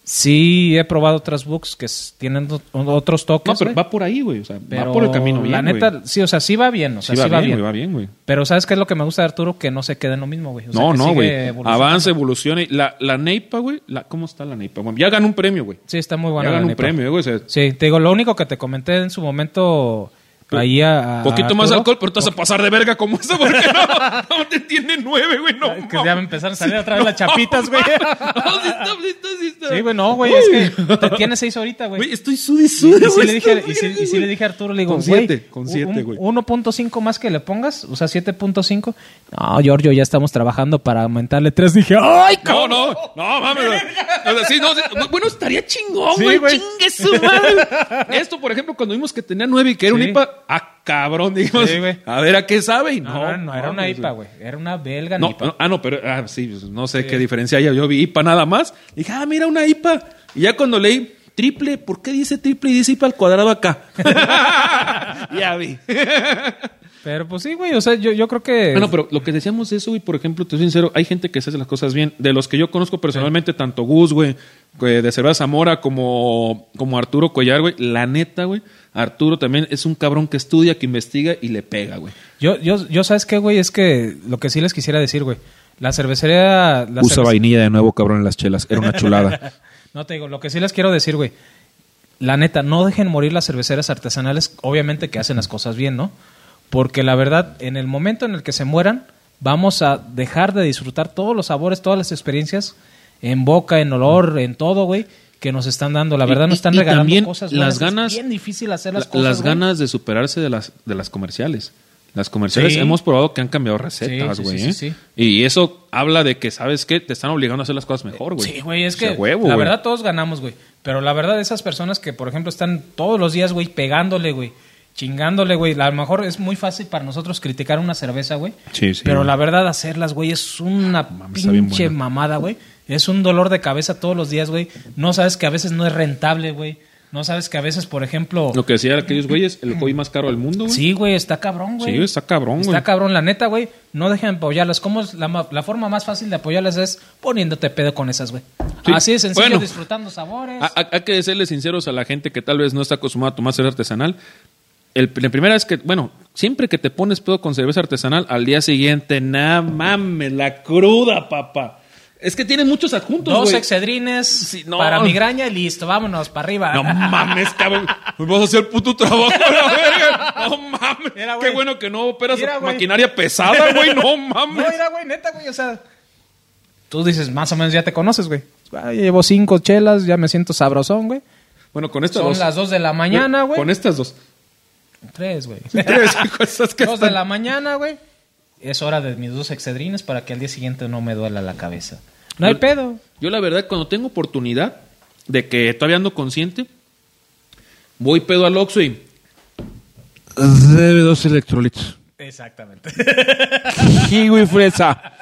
S1: Sí he probado otras books que s- tienen o- otros toques.
S2: No, pero
S1: güey,
S2: va por ahí, güey. O sea,
S1: pero
S2: va por el camino bien.
S1: La neta, sí, o sea, sí va bien. O sea, sí, va, bien.
S2: güey, va bien, güey.
S1: Pero ¿sabes qué es lo que me gusta de Arturo? Que no se quede en lo mismo, güey. O sea,
S2: no,
S1: que
S2: no,
S1: sigue
S2: güey. Ah,
S1: evolucionando.
S2: Avance, evolucione. La, la Neipa, güey. la- ¿Cómo está la Neipa? Bueno, ya ganó un premio, güey.
S1: Sí, está muy
S2: ya
S1: buena. la
S2: ganó un
S1: neta.
S2: premio, güey. o sea,
S1: Sí, te digo, lo único que te comenté en su momento
S2: Pero-
S1: ahí a... a
S2: poquito más
S1: Arturo,
S2: alcohol, pero te vas a pasar de verga como esa, porque no, no te tiene nueve, güey. No,
S1: Que ya me
S2: mames.
S1: empezaron a salir otra vez las chapitas, güey.
S2: No, sí está, sí está, sí está.
S1: Sí, güey, no, güey.
S2: Uy.
S1: Es que te tienes seis ahorita, güey.
S2: Güey, estoy sude,
S1: Y,
S2: sude,
S1: y sí
S2: güey,
S1: le
S2: estoy
S1: dije, y sí-
S2: verga,
S1: y sí le
S2: güey.
S1: dije a Arturo, le digo,
S2: Con
S1: güey,
S2: siete, con
S1: un-
S2: siete,
S1: un-
S2: güey.
S1: 1.5 más que le pongas, o sea, 7.5. No, Giorgio, ya estamos trabajando para aumentarle 3. Dije, ¡ay,
S2: No,
S1: cabrón!
S2: no, no, mames. O sea, sí, no, sí, bueno, estaría chingón,
S1: Sí,
S2: güey.
S1: güey.
S2: Chingue su madre. Esto, por ejemplo, cuando vimos que tenía nueve y que era un
S1: Sí.
S2: IPA, ah, cabrón, dijimos.
S1: Sí, güey.
S2: a ver, ¿a qué sabe? Y
S1: No,
S2: no,
S1: no, no, era una
S2: mames,
S1: IPA, güey. Era una belga
S2: No,
S1: IPA.
S2: no, ah, no, pero ah, sí, pues, no sé qué diferencia hay. Yo vi IPA nada más. Dije, ah, mira, una IPA. Y ya cuando leí triple, ¿por qué dice triple y dice IPA al cuadrado acá? ya vi.
S1: Pero pues sí, güey, o sea, yo, yo creo que...
S2: Bueno, pero lo que decíamos de eso, güey, por ejemplo, te soy sincero, hay gente que se hace las cosas bien. De los que yo conozco personalmente, tanto Gus, güey, que de Cerveza Zamora como, como Arturo Cuellar, güey, la neta, güey, Arturo también es un cabrón que estudia, que investiga y le pega, güey.
S1: Yo, yo, yo, ¿sabes qué, güey? Es que lo que sí les quisiera decir, güey. La cervecería... La cervece-
S2: vainilla de nuevo, cabrón, en las chelas. Era una chulada.
S1: No te digo, lo que sí les quiero decir, güey. La neta, no dejen morir las cerveceras artesanales, obviamente que hacen las cosas bien, ¿no? Porque la verdad, en el momento en el que se mueran, vamos a dejar de disfrutar todos los sabores, todas las experiencias, en boca, en olor, en todo, güey, que nos están dando. La
S2: Y-
S1: verdad,
S2: y-
S1: nos están
S2: y
S1: regalando
S2: también
S1: cosas buenas.
S2: las ganas-
S1: es bien difícil hacer
S2: La-
S1: las
S2: las
S1: cosas. güey.
S2: ganas de superarse de las, de las comerciales. Las comerciales
S1: Sí.
S2: hemos probado que han cambiado recetas,
S1: Sí, sí,
S2: güey.
S1: sí,
S2: ¿eh?
S1: sí, sí.
S2: Y eso habla de que, ¿sabes qué? Te están obligando a hacer las cosas mejor, güey.
S1: Sí, güey, es
S2: O sea,
S1: que
S2: huevo,
S1: la
S2: güey.
S1: verdad todos ganamos, güey. Pero la verdad, esas personas que, por ejemplo, están todos los días, güey, pegándole, güey, chingándole, güey. A lo mejor es muy fácil para nosotros criticar una cerveza, güey.
S2: Sí, sí,
S1: Pero
S2: güey.
S1: la verdad, hacerlas, güey, es una
S2: mames, está bien
S1: pinche
S2: buena.
S1: mamada, güey. Es un dolor de cabeza todos los días, güey. No sabes que a veces no es rentable, güey. No sabes que a veces, por ejemplo.
S2: Lo que decía aquellos güeyes, el hoy más caro del mundo, güey.
S1: Sí, güey, está cabrón, güey.
S2: Sí, está cabrón, güey.
S1: Está cabrón, la neta, güey. No dejen de apoyarlas. ¿Cómo es la, ma- la forma más fácil de apoyarlas es poniéndote pedo con esas, güey.
S2: Sí.
S1: Así de sencillo,
S2: Bueno.
S1: disfrutando sabores.
S2: Ha- ha- hay que serles sinceros a la gente que tal vez no está acostumbrada a tomar cerveza artesanal. El, la primera es que, bueno, siempre que te pones pedo con cerveza artesanal, al día siguiente, na mames, la cruda, papá. Es que tiene muchos adjuntos,
S1: Dos
S2: güey.
S1: excedrines
S2: Sí, no.
S1: para migraña y listo, vámonos para arriba.
S2: No mames, cabrón. Me Pues vas a hacer puto trabajo, la verga. No mames.
S1: Mira, güey.
S2: Qué bueno que no operas
S1: Mira, güey.
S2: maquinaria pesada, güey. No
S1: No,
S2: mames.
S1: mira, güey, neta, güey, o sea. Tú dices, más o menos ya te conoces, güey. Ah, ya llevo cinco chelas, ya me siento sabrosón, güey.
S2: Bueno, con estas
S1: Son
S2: dos.
S1: las dos de la mañana, güey.
S2: Con estas dos.
S1: Tres, güey.
S2: Tres cosas que
S1: Dos de
S2: están-
S1: la mañana, güey. Es hora de mis dos excedrines para que al día siguiente no me duela la cabeza. No hay
S2: Yo-
S1: pedo.
S2: Yo la verdad, cuando tengo oportunidad de que todavía ando consciente, voy pedo al Oxxo y...
S3: Debe dos electrolitos.
S1: Exactamente.
S3: Kiwi fresa.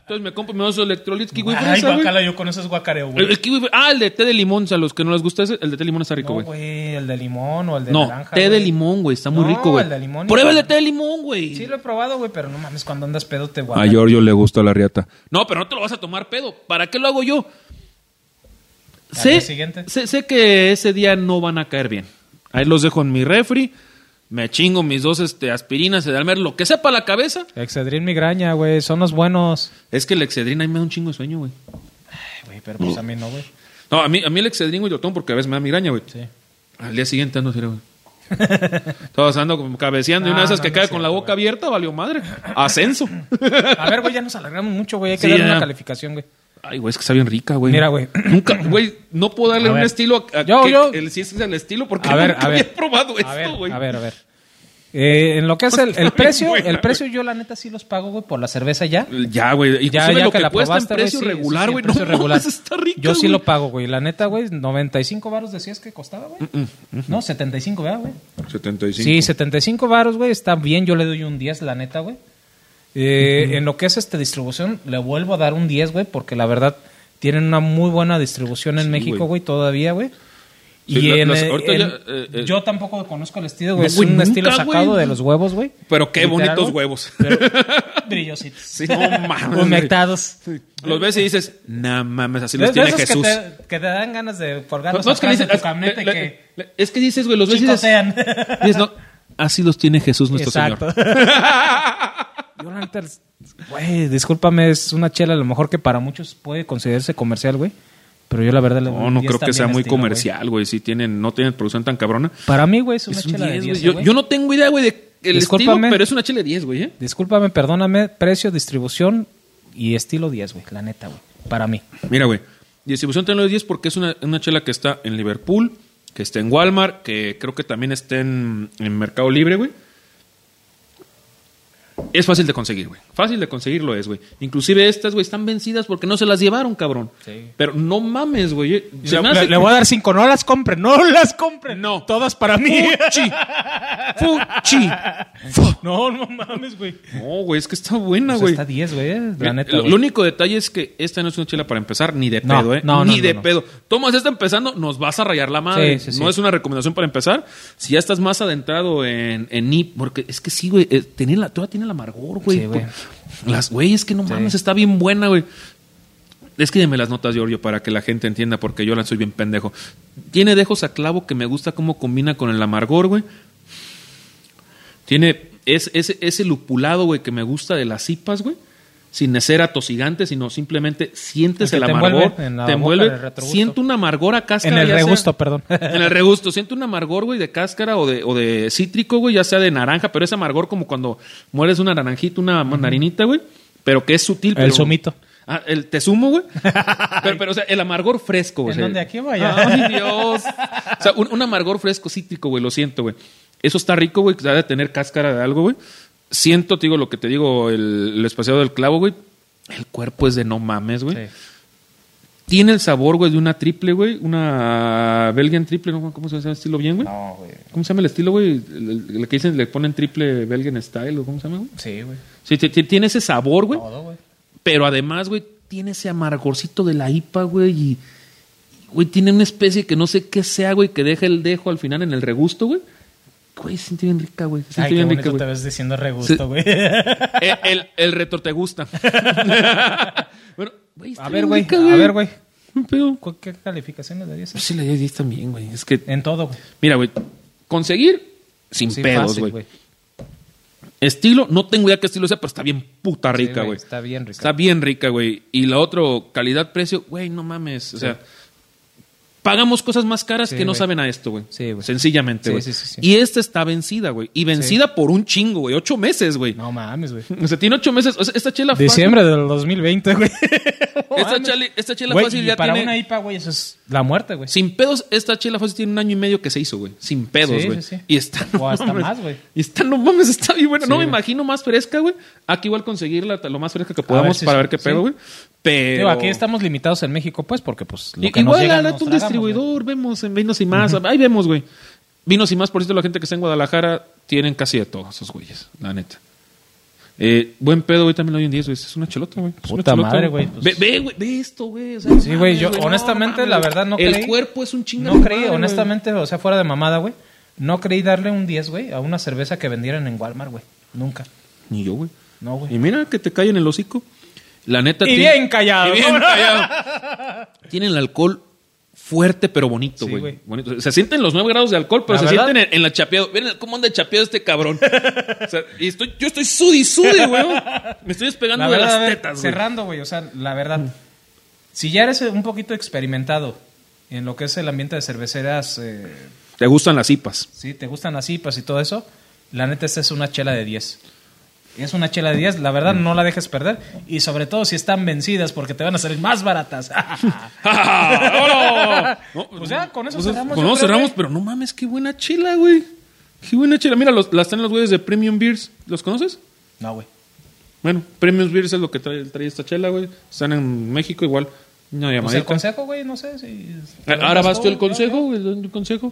S2: Entonces me compro me dos electrolitos, kiwi
S1: Ay,
S2: fresa, güey.
S1: guacala, yo con eso es guacareo,
S2: El-
S1: güey.
S2: el kiwi fre- Ah, el de té de limón, a los que no les gusta ese, el de té de limón está rico,
S1: No,
S2: güey.
S1: güey, el de limón o el de
S2: No,
S1: naranja.
S2: té de
S1: güey.
S2: limón, güey, está muy
S1: No,
S2: rico, güey.
S1: el de limón y
S2: Prueba el de
S1: naranja.
S2: té de limón, güey.
S1: Sí, lo he probado, güey, pero no mames, cuando andas pedo te
S3: A
S1: guacala.
S3: Giorgio le gusta la riata.
S2: No, pero no te lo vas a tomar pedo. ¿Para qué lo hago yo?
S1: Al
S2: Sé,
S1: día siguiente.
S2: sé, sé que ese día no van a caer bien. Ahí los dejo en mi refri. Me chingo mis dos este, aspirinas, Edalmer, lo que sea para la cabeza.
S1: Excedrin migraña, güey, son los buenos.
S2: Es que el Excedrin a mí me da un chingo de sueño, güey.
S1: Ay, güey, pero pues a mí no, güey.
S2: No, a mí, a mí el Excedrin, güey, lo tomo porque a veces me da migraña, güey.
S1: Sí.
S2: Al día siguiente ando así, güey. Todos ando como cabeceando y una
S1: Ah,
S2: de esas
S1: no,
S2: que
S1: no
S2: cae
S1: es
S2: con la
S1: cierto,
S2: boca abierta, valió madre. Ascenso.
S1: A ver, güey, ya nos alargamos mucho, güey. Hay que
S2: Sí,
S1: darle
S2: ya.
S1: una calificación, güey.
S2: Ay, güey, es que está bien rica, güey.
S1: Mira, güey.
S2: Nunca, güey, no puedo darle
S1: A
S2: un
S1: ver.
S2: estilo. A, a-
S1: Yo,
S2: que-
S1: yo.
S2: El, si es el estilo, porque
S1: A ver,
S2: nunca
S1: a ver.
S2: había probado
S1: A ver,
S2: esto, güey.
S1: a ver, a ver. Eh, en lo que es el,
S2: Está
S1: el
S2: bien
S1: precio,
S2: buena,
S1: el precio yo la neta sí los pago, güey, por la cerveza ya.
S2: Ya, güey. Inclusive
S1: ya
S2: lo
S1: que
S2: que,
S1: la
S2: cuesta
S1: probaste,
S2: en
S1: güey,
S2: precio
S1: sí, sí,
S2: regular,
S1: sí,
S2: güey.
S1: en precio
S2: no,
S1: regular.
S2: mames, está rica,
S1: Yo sí
S2: güey.
S1: lo pago, güey. La neta, güey, 95 varos decías que costaba, güey.
S2: Mm,
S1: No, 75, ¿verdad, güey?
S3: 75.
S1: Sí, 75 varos, güey, está bien. Yo le doy un 10, la neta, güey. Eh, En lo que es este distribución, le vuelvo a dar un 10, güey, porque la verdad tienen una muy buena distribución en
S2: Sí,
S1: México,
S2: güey.
S1: güey, todavía, güey.
S2: Sí,
S1: y
S2: la-
S1: en,
S2: las-
S1: eh,
S2: ahorita
S1: en-
S2: ya, eh, eh.
S1: yo tampoco conozco el estilo, güey.
S2: No,
S1: es
S2: güey,
S1: un
S2: nunca,
S1: estilo sacado
S2: güey.
S1: de los huevos, güey.
S2: Pero qué
S1: Literal,
S2: bonitos
S1: güey.
S2: huevos.
S1: Pero brillositos.
S2: Sí, no mames.
S1: Humectados.
S2: Los ves y dices, nah mames, así
S1: De-
S2: los
S1: de
S2: tiene
S1: esos
S2: Jesús.
S1: Que, te, que te dan ganas de
S2: No,
S1: colgarlos
S2: Pues, no, es
S1: atrás
S2: que dices,
S1: de tu
S2: es-
S1: camioneta y
S2: le-
S1: que
S2: le- es que dices, güey, los ves y dices,
S1: chicotean.
S2: dices, no, así los tiene Jesús Pues nuestro
S1: Exacto.
S2: Señor.
S1: Yo la neta, güey, discúlpame, es una chela a lo mejor que para muchos puede considerarse comercial, güey. Pero yo la verdad le doy
S2: No,
S1: un
S2: no
S1: 10
S2: creo que
S1: también
S2: sea muy
S1: estilo,
S2: comercial, güey. Si tienen, no tienen producción tan cabrona.
S1: güey. Para mí, güey, es una
S2: Es un
S1: chela
S2: 10,
S1: de
S2: güey.
S1: 10,
S2: Yo,
S1: güey.
S2: yo no tengo idea, güey, de el estilo,
S1: Discúlpame.
S2: pero es una chile 10, güey, ¿eh?
S1: Discúlpame, perdóname, precio, distribución y estilo 10, güey, la neta, güey. Para mí.
S2: Mira, güey. Distribución tenlo de 10 porque es una, una chela que está en Liverpool, que está en Walmart, que creo que también está en, en Mercado Libre, güey. Es fácil de conseguir, güey. Fácil de conseguirlo es, güey. Inclusive estas, güey, están vencidas porque no se las llevaron, cabrón.
S1: Sí.
S2: Pero no mames, güey. Se
S1: Le,
S2: me hace-
S1: le voy a dar 5, no las compren, no las compren.
S2: No.
S1: Todas para mí.
S2: Fuchi. Fuchi.
S1: No, no mames, güey.
S2: No, güey, es que está buena,
S1: Pues
S2: güey.
S1: está 10, güey, eh, la neta.
S2: Lo,
S1: güey.
S2: lo único detalle es que esta no es una chela para empezar, ni de
S1: No,
S2: pedo, ¿eh?
S1: no, no,
S2: ni
S1: no,
S2: de
S1: no.
S2: pedo. Tomas esta empezando, nos vas a rayar la madre.
S1: Sí, sí,
S2: No
S1: sí.
S2: es una recomendación para empezar. Si ya estás más adentrado en, en IP, porque es que sí, güey, eh, tiene la, todavía tiene el amargor, güey. Pues,
S1: Sí, güey.
S2: Las, güey, es que no mames, está bien buena, güey. Escríbeme las notas, Giorgio, para que la gente entienda, porque yo la soy bien pendejo. Tiene dejos a clavo que me gusta cómo combina con el amargor, güey. Tiene es- ese, ese lupulado, güey, que me gusta de las cipas, güey. Sin ser atosigante, sino simplemente sientes
S1: El
S2: el
S1: que te
S2: amargor.
S1: envuelve en la boca,
S2: te envuelve.
S1: en el retrogusto.
S2: siento un amargor a cáscara.
S1: En el
S2: ya sea-
S1: regusto, perdón.
S2: en el regusto. Siento un amargor, güey, de cáscara o de, o de cítrico, güey, ya sea de naranja, pero ese amargor como cuando mueres una naranjita, una mandarinita, güey. Pero que es sutil.
S1: El
S2: pero-
S1: zumito.
S2: Ah, el te sumo, güey. pero, pero, o sea, el amargor fresco, güey.
S1: ¿En
S2: O sea, Ah,
S1: dónde? ¿Aquí o allá?
S2: Ay, Dios. O sea, un, un amargor fresco cítrico, güey, lo siento, güey. Eso está rico, güey, que debe tener cáscara de algo, güey. Siento, te digo, lo que te digo, el, el espaciado del clavo, güey. El cuerpo es de no mames, güey.
S1: Sí.
S2: Tiene el sabor, güey, de una triple, güey. Una Belgian triple, ¿no? ¿Cómo se llama el estilo bien, güey?
S1: No, güey.
S2: ¿Cómo se llama el estilo, güey? El- el- el que dicen, le ponen triple Belgian style, ¿o ¿cómo se llama, güey?
S1: Sí, güey.
S2: Sí, t- t- tiene ese sabor, güey.
S1: Todo, güey.
S2: Pero además, güey, tiene ese amargorcito de la IPA, güey, y, Güey, tiene una especie que no sé qué sea, güey, que deja el dejo al final en el regusto, güey. Güey, se siente bien rica, güey. Se siente
S1: Ay, qué
S2: bien
S1: bonito
S2: rica,
S1: te
S2: güey.
S1: ves diciendo regusto,
S2: Sí.
S1: güey.
S2: El, el, el retro te gusta. bueno, güey, está
S1: A
S2: bien
S1: ver, güey,
S2: rica,
S1: a ver, güey.
S2: Pero,
S1: ¿Cu- ¿Qué calificaciones le
S2: pues
S1: dices?
S2: sí, le doy 10 también, güey. Es que,
S1: En todo, güey.
S2: Eh, mira, güey, conseguir sin
S1: Sí,
S2: pedos,
S1: fácil,
S2: güey. Estilo, no tengo idea qué estilo sea, pero está bien puta rica,
S1: güey,
S2: güey.
S1: está bien rica.
S2: Está bien rica, güey. Y la otro, calidad-precio, güey, no mames. O sea, pagamos cosas más caras
S1: Sí,
S2: que no
S1: güey.
S2: saben a esto, güey.
S1: Sí, güey.
S2: Sencillamente,
S1: Sí,
S2: güey.
S1: sí, sí, sí.
S2: Y esta está vencida, güey. Y vencida por un chingo, güey. Ocho meses, güey.
S1: No mames, güey.
S2: O sea, tiene ocho meses. O sea, esta chela fácil-
S1: Diciembre del 2020, güey.
S2: Esta, chale- esta chela
S1: Güey,
S2: fácil
S1: y
S2: ya
S1: para
S2: tiene.
S1: una IPA, güey, eso es la muerte, güey.
S2: Sin pedos, esta chela fácil tiene un año y medio que se hizo, güey. Sin pedos,
S1: Sí,
S2: güey.
S1: sí, sí.
S2: Y está.
S1: O hasta más, güey.
S2: Y está, no mames, está bien bueno.
S1: Sí,
S2: no me
S1: güey.
S2: imagino más fresca, güey. Aquí igual conseguirla lo más fresca que podamos
S1: si
S2: para
S1: sí,
S2: ver qué
S1: sí.
S2: pedo, güey. Pero.
S1: Digo, aquí estamos limitados en México, pues, porque pues lo
S2: I-
S1: que nos
S2: igual
S1: llega
S2: a
S1: nos tragamos,
S2: un
S1: güey.
S2: distribuidor, vemos en Vinos y más. Ahí vemos, güey. Vinos y más, por cierto, la gente que está en Guadalajara tienen casi de todos esos güeyes, la neta. Eh, buen pedo, güey, también lo doy en 10, güey. Es una chelota, güey. Es una
S1: Puta
S2: chelota,
S1: madre, güey,
S2: Ve,
S1: pues.
S2: ve, güey, ve esto, güey. o sea, no
S1: Sí, güey,
S2: mames,
S1: yo
S2: no
S1: honestamente,
S2: mames,
S1: la
S2: güey.
S1: verdad, no creí.
S2: El cuerpo es un chingo.
S1: No creí, honestamente, o sea, fuera de mamada, güey. No creí darle un 10, güey, a una cerveza que vendieran en Walmart, güey. Nunca.
S2: Ni yo, güey.
S1: No, güey.
S2: Y mira que te cae en el hocico. La neta.
S1: Y
S2: tiene-
S1: bien callado,
S2: Y bien
S1: ¿no?
S2: callado. Tiene el alcohol fuerte, pero bonito,
S1: Sí,
S2: güey.
S1: güey.
S2: Bonito. Se sienten los 9 grados de alcohol, pero
S1: La
S2: se
S1: verdad.
S2: sienten en, en la chapeado. Miren cómo anda chapeado este cabrón. O sea, y estoy, yo estoy sudi, sudi, güey. Me estoy despegando
S1: La verdad,
S2: de
S1: a
S2: las
S1: ver,
S2: tetas, güey.
S1: cerrando, güey, o sea, la verdad. Si ya eres un poquito experimentado en lo que es el ambiente de cerveceras, eh,
S2: Te gustan las hipas.
S1: si te gustan las IPAs y todo eso, la neta esta es una chela de 10. Es una chela de 10, la verdad no la dejes perder y sobre todo si están vencidas porque te van a salir más baratas.
S2: ¡Vámonos! No,
S1: Pues ya, con eso
S2: o sea,
S1: cerramos,
S2: con
S1: yo
S2: eso
S1: creo,
S2: cerramos,
S1: güey.
S2: pero no mames, qué buena chela, güey. Qué buena chela. Mira, los, las traen los güeyes de Premium Beers. ¿Los conoces?
S1: no, güey.
S2: Bueno, Premium Beers es lo que trae, trae esta chela, güey. Están en México igual. Una
S1: Pues el
S2: llamadita.
S1: consejo, güey, no sé si...
S2: Eh, Ahora vas tú el consejo, güey. doy un consejo?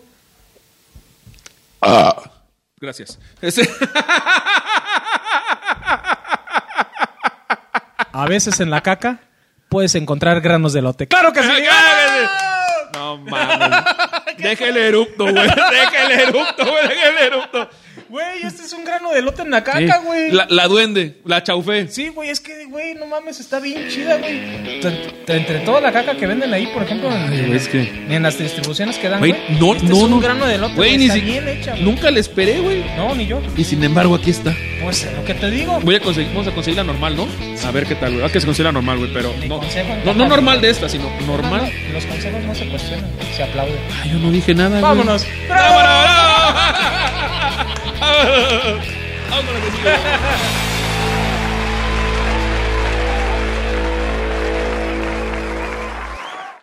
S2: Gracias. Ese-
S1: A veces en la caca puedes encontrar granos de lote. ¡Claro que sí!
S2: ¡Ah, no mames. Deja el erupto, güey. Deja el erupto, güey. Deja el erupto.
S1: Güey, este es un grano de lote en la caca, güey.
S2: La, la duende, la chaufé.
S1: Sí, güey, es que, güey, no mames, está bien chida, güey. Te- te- Entre toda la caca que venden ahí, por ejemplo, en,
S2: es que-
S1: en las distribuciones que dan,
S2: Güey,
S1: güey.
S2: no,
S1: este
S2: no,
S1: es un
S2: no.
S1: grano de lote,
S2: Güey,
S1: güey,
S2: ni
S1: está
S2: si-
S1: bien hecha, güey.
S2: Nunca le esperé, güey.
S1: No, ni yo.
S2: Y sin embargo, aquí está.
S1: Pues lo que te digo.
S2: Voy a conseguir, vamos a conseguir la normal, ¿no? A ver qué tal, güey. Ah, que se consigue la normal, güey, pero.
S1: Mi
S2: No,
S1: consejo,
S2: no, no
S1: encanta,
S2: normal
S1: güey.
S2: de esta, sino normal.
S1: No, no, los consejos no se cuestionan, güey, se aplauden.
S2: Ay, yo no dije nada, güey.
S1: ¡Vámonos! ¡Bravo!
S2: ¡Vámonos! ¡Vámonos! ¡Vámonos! que sí, güey!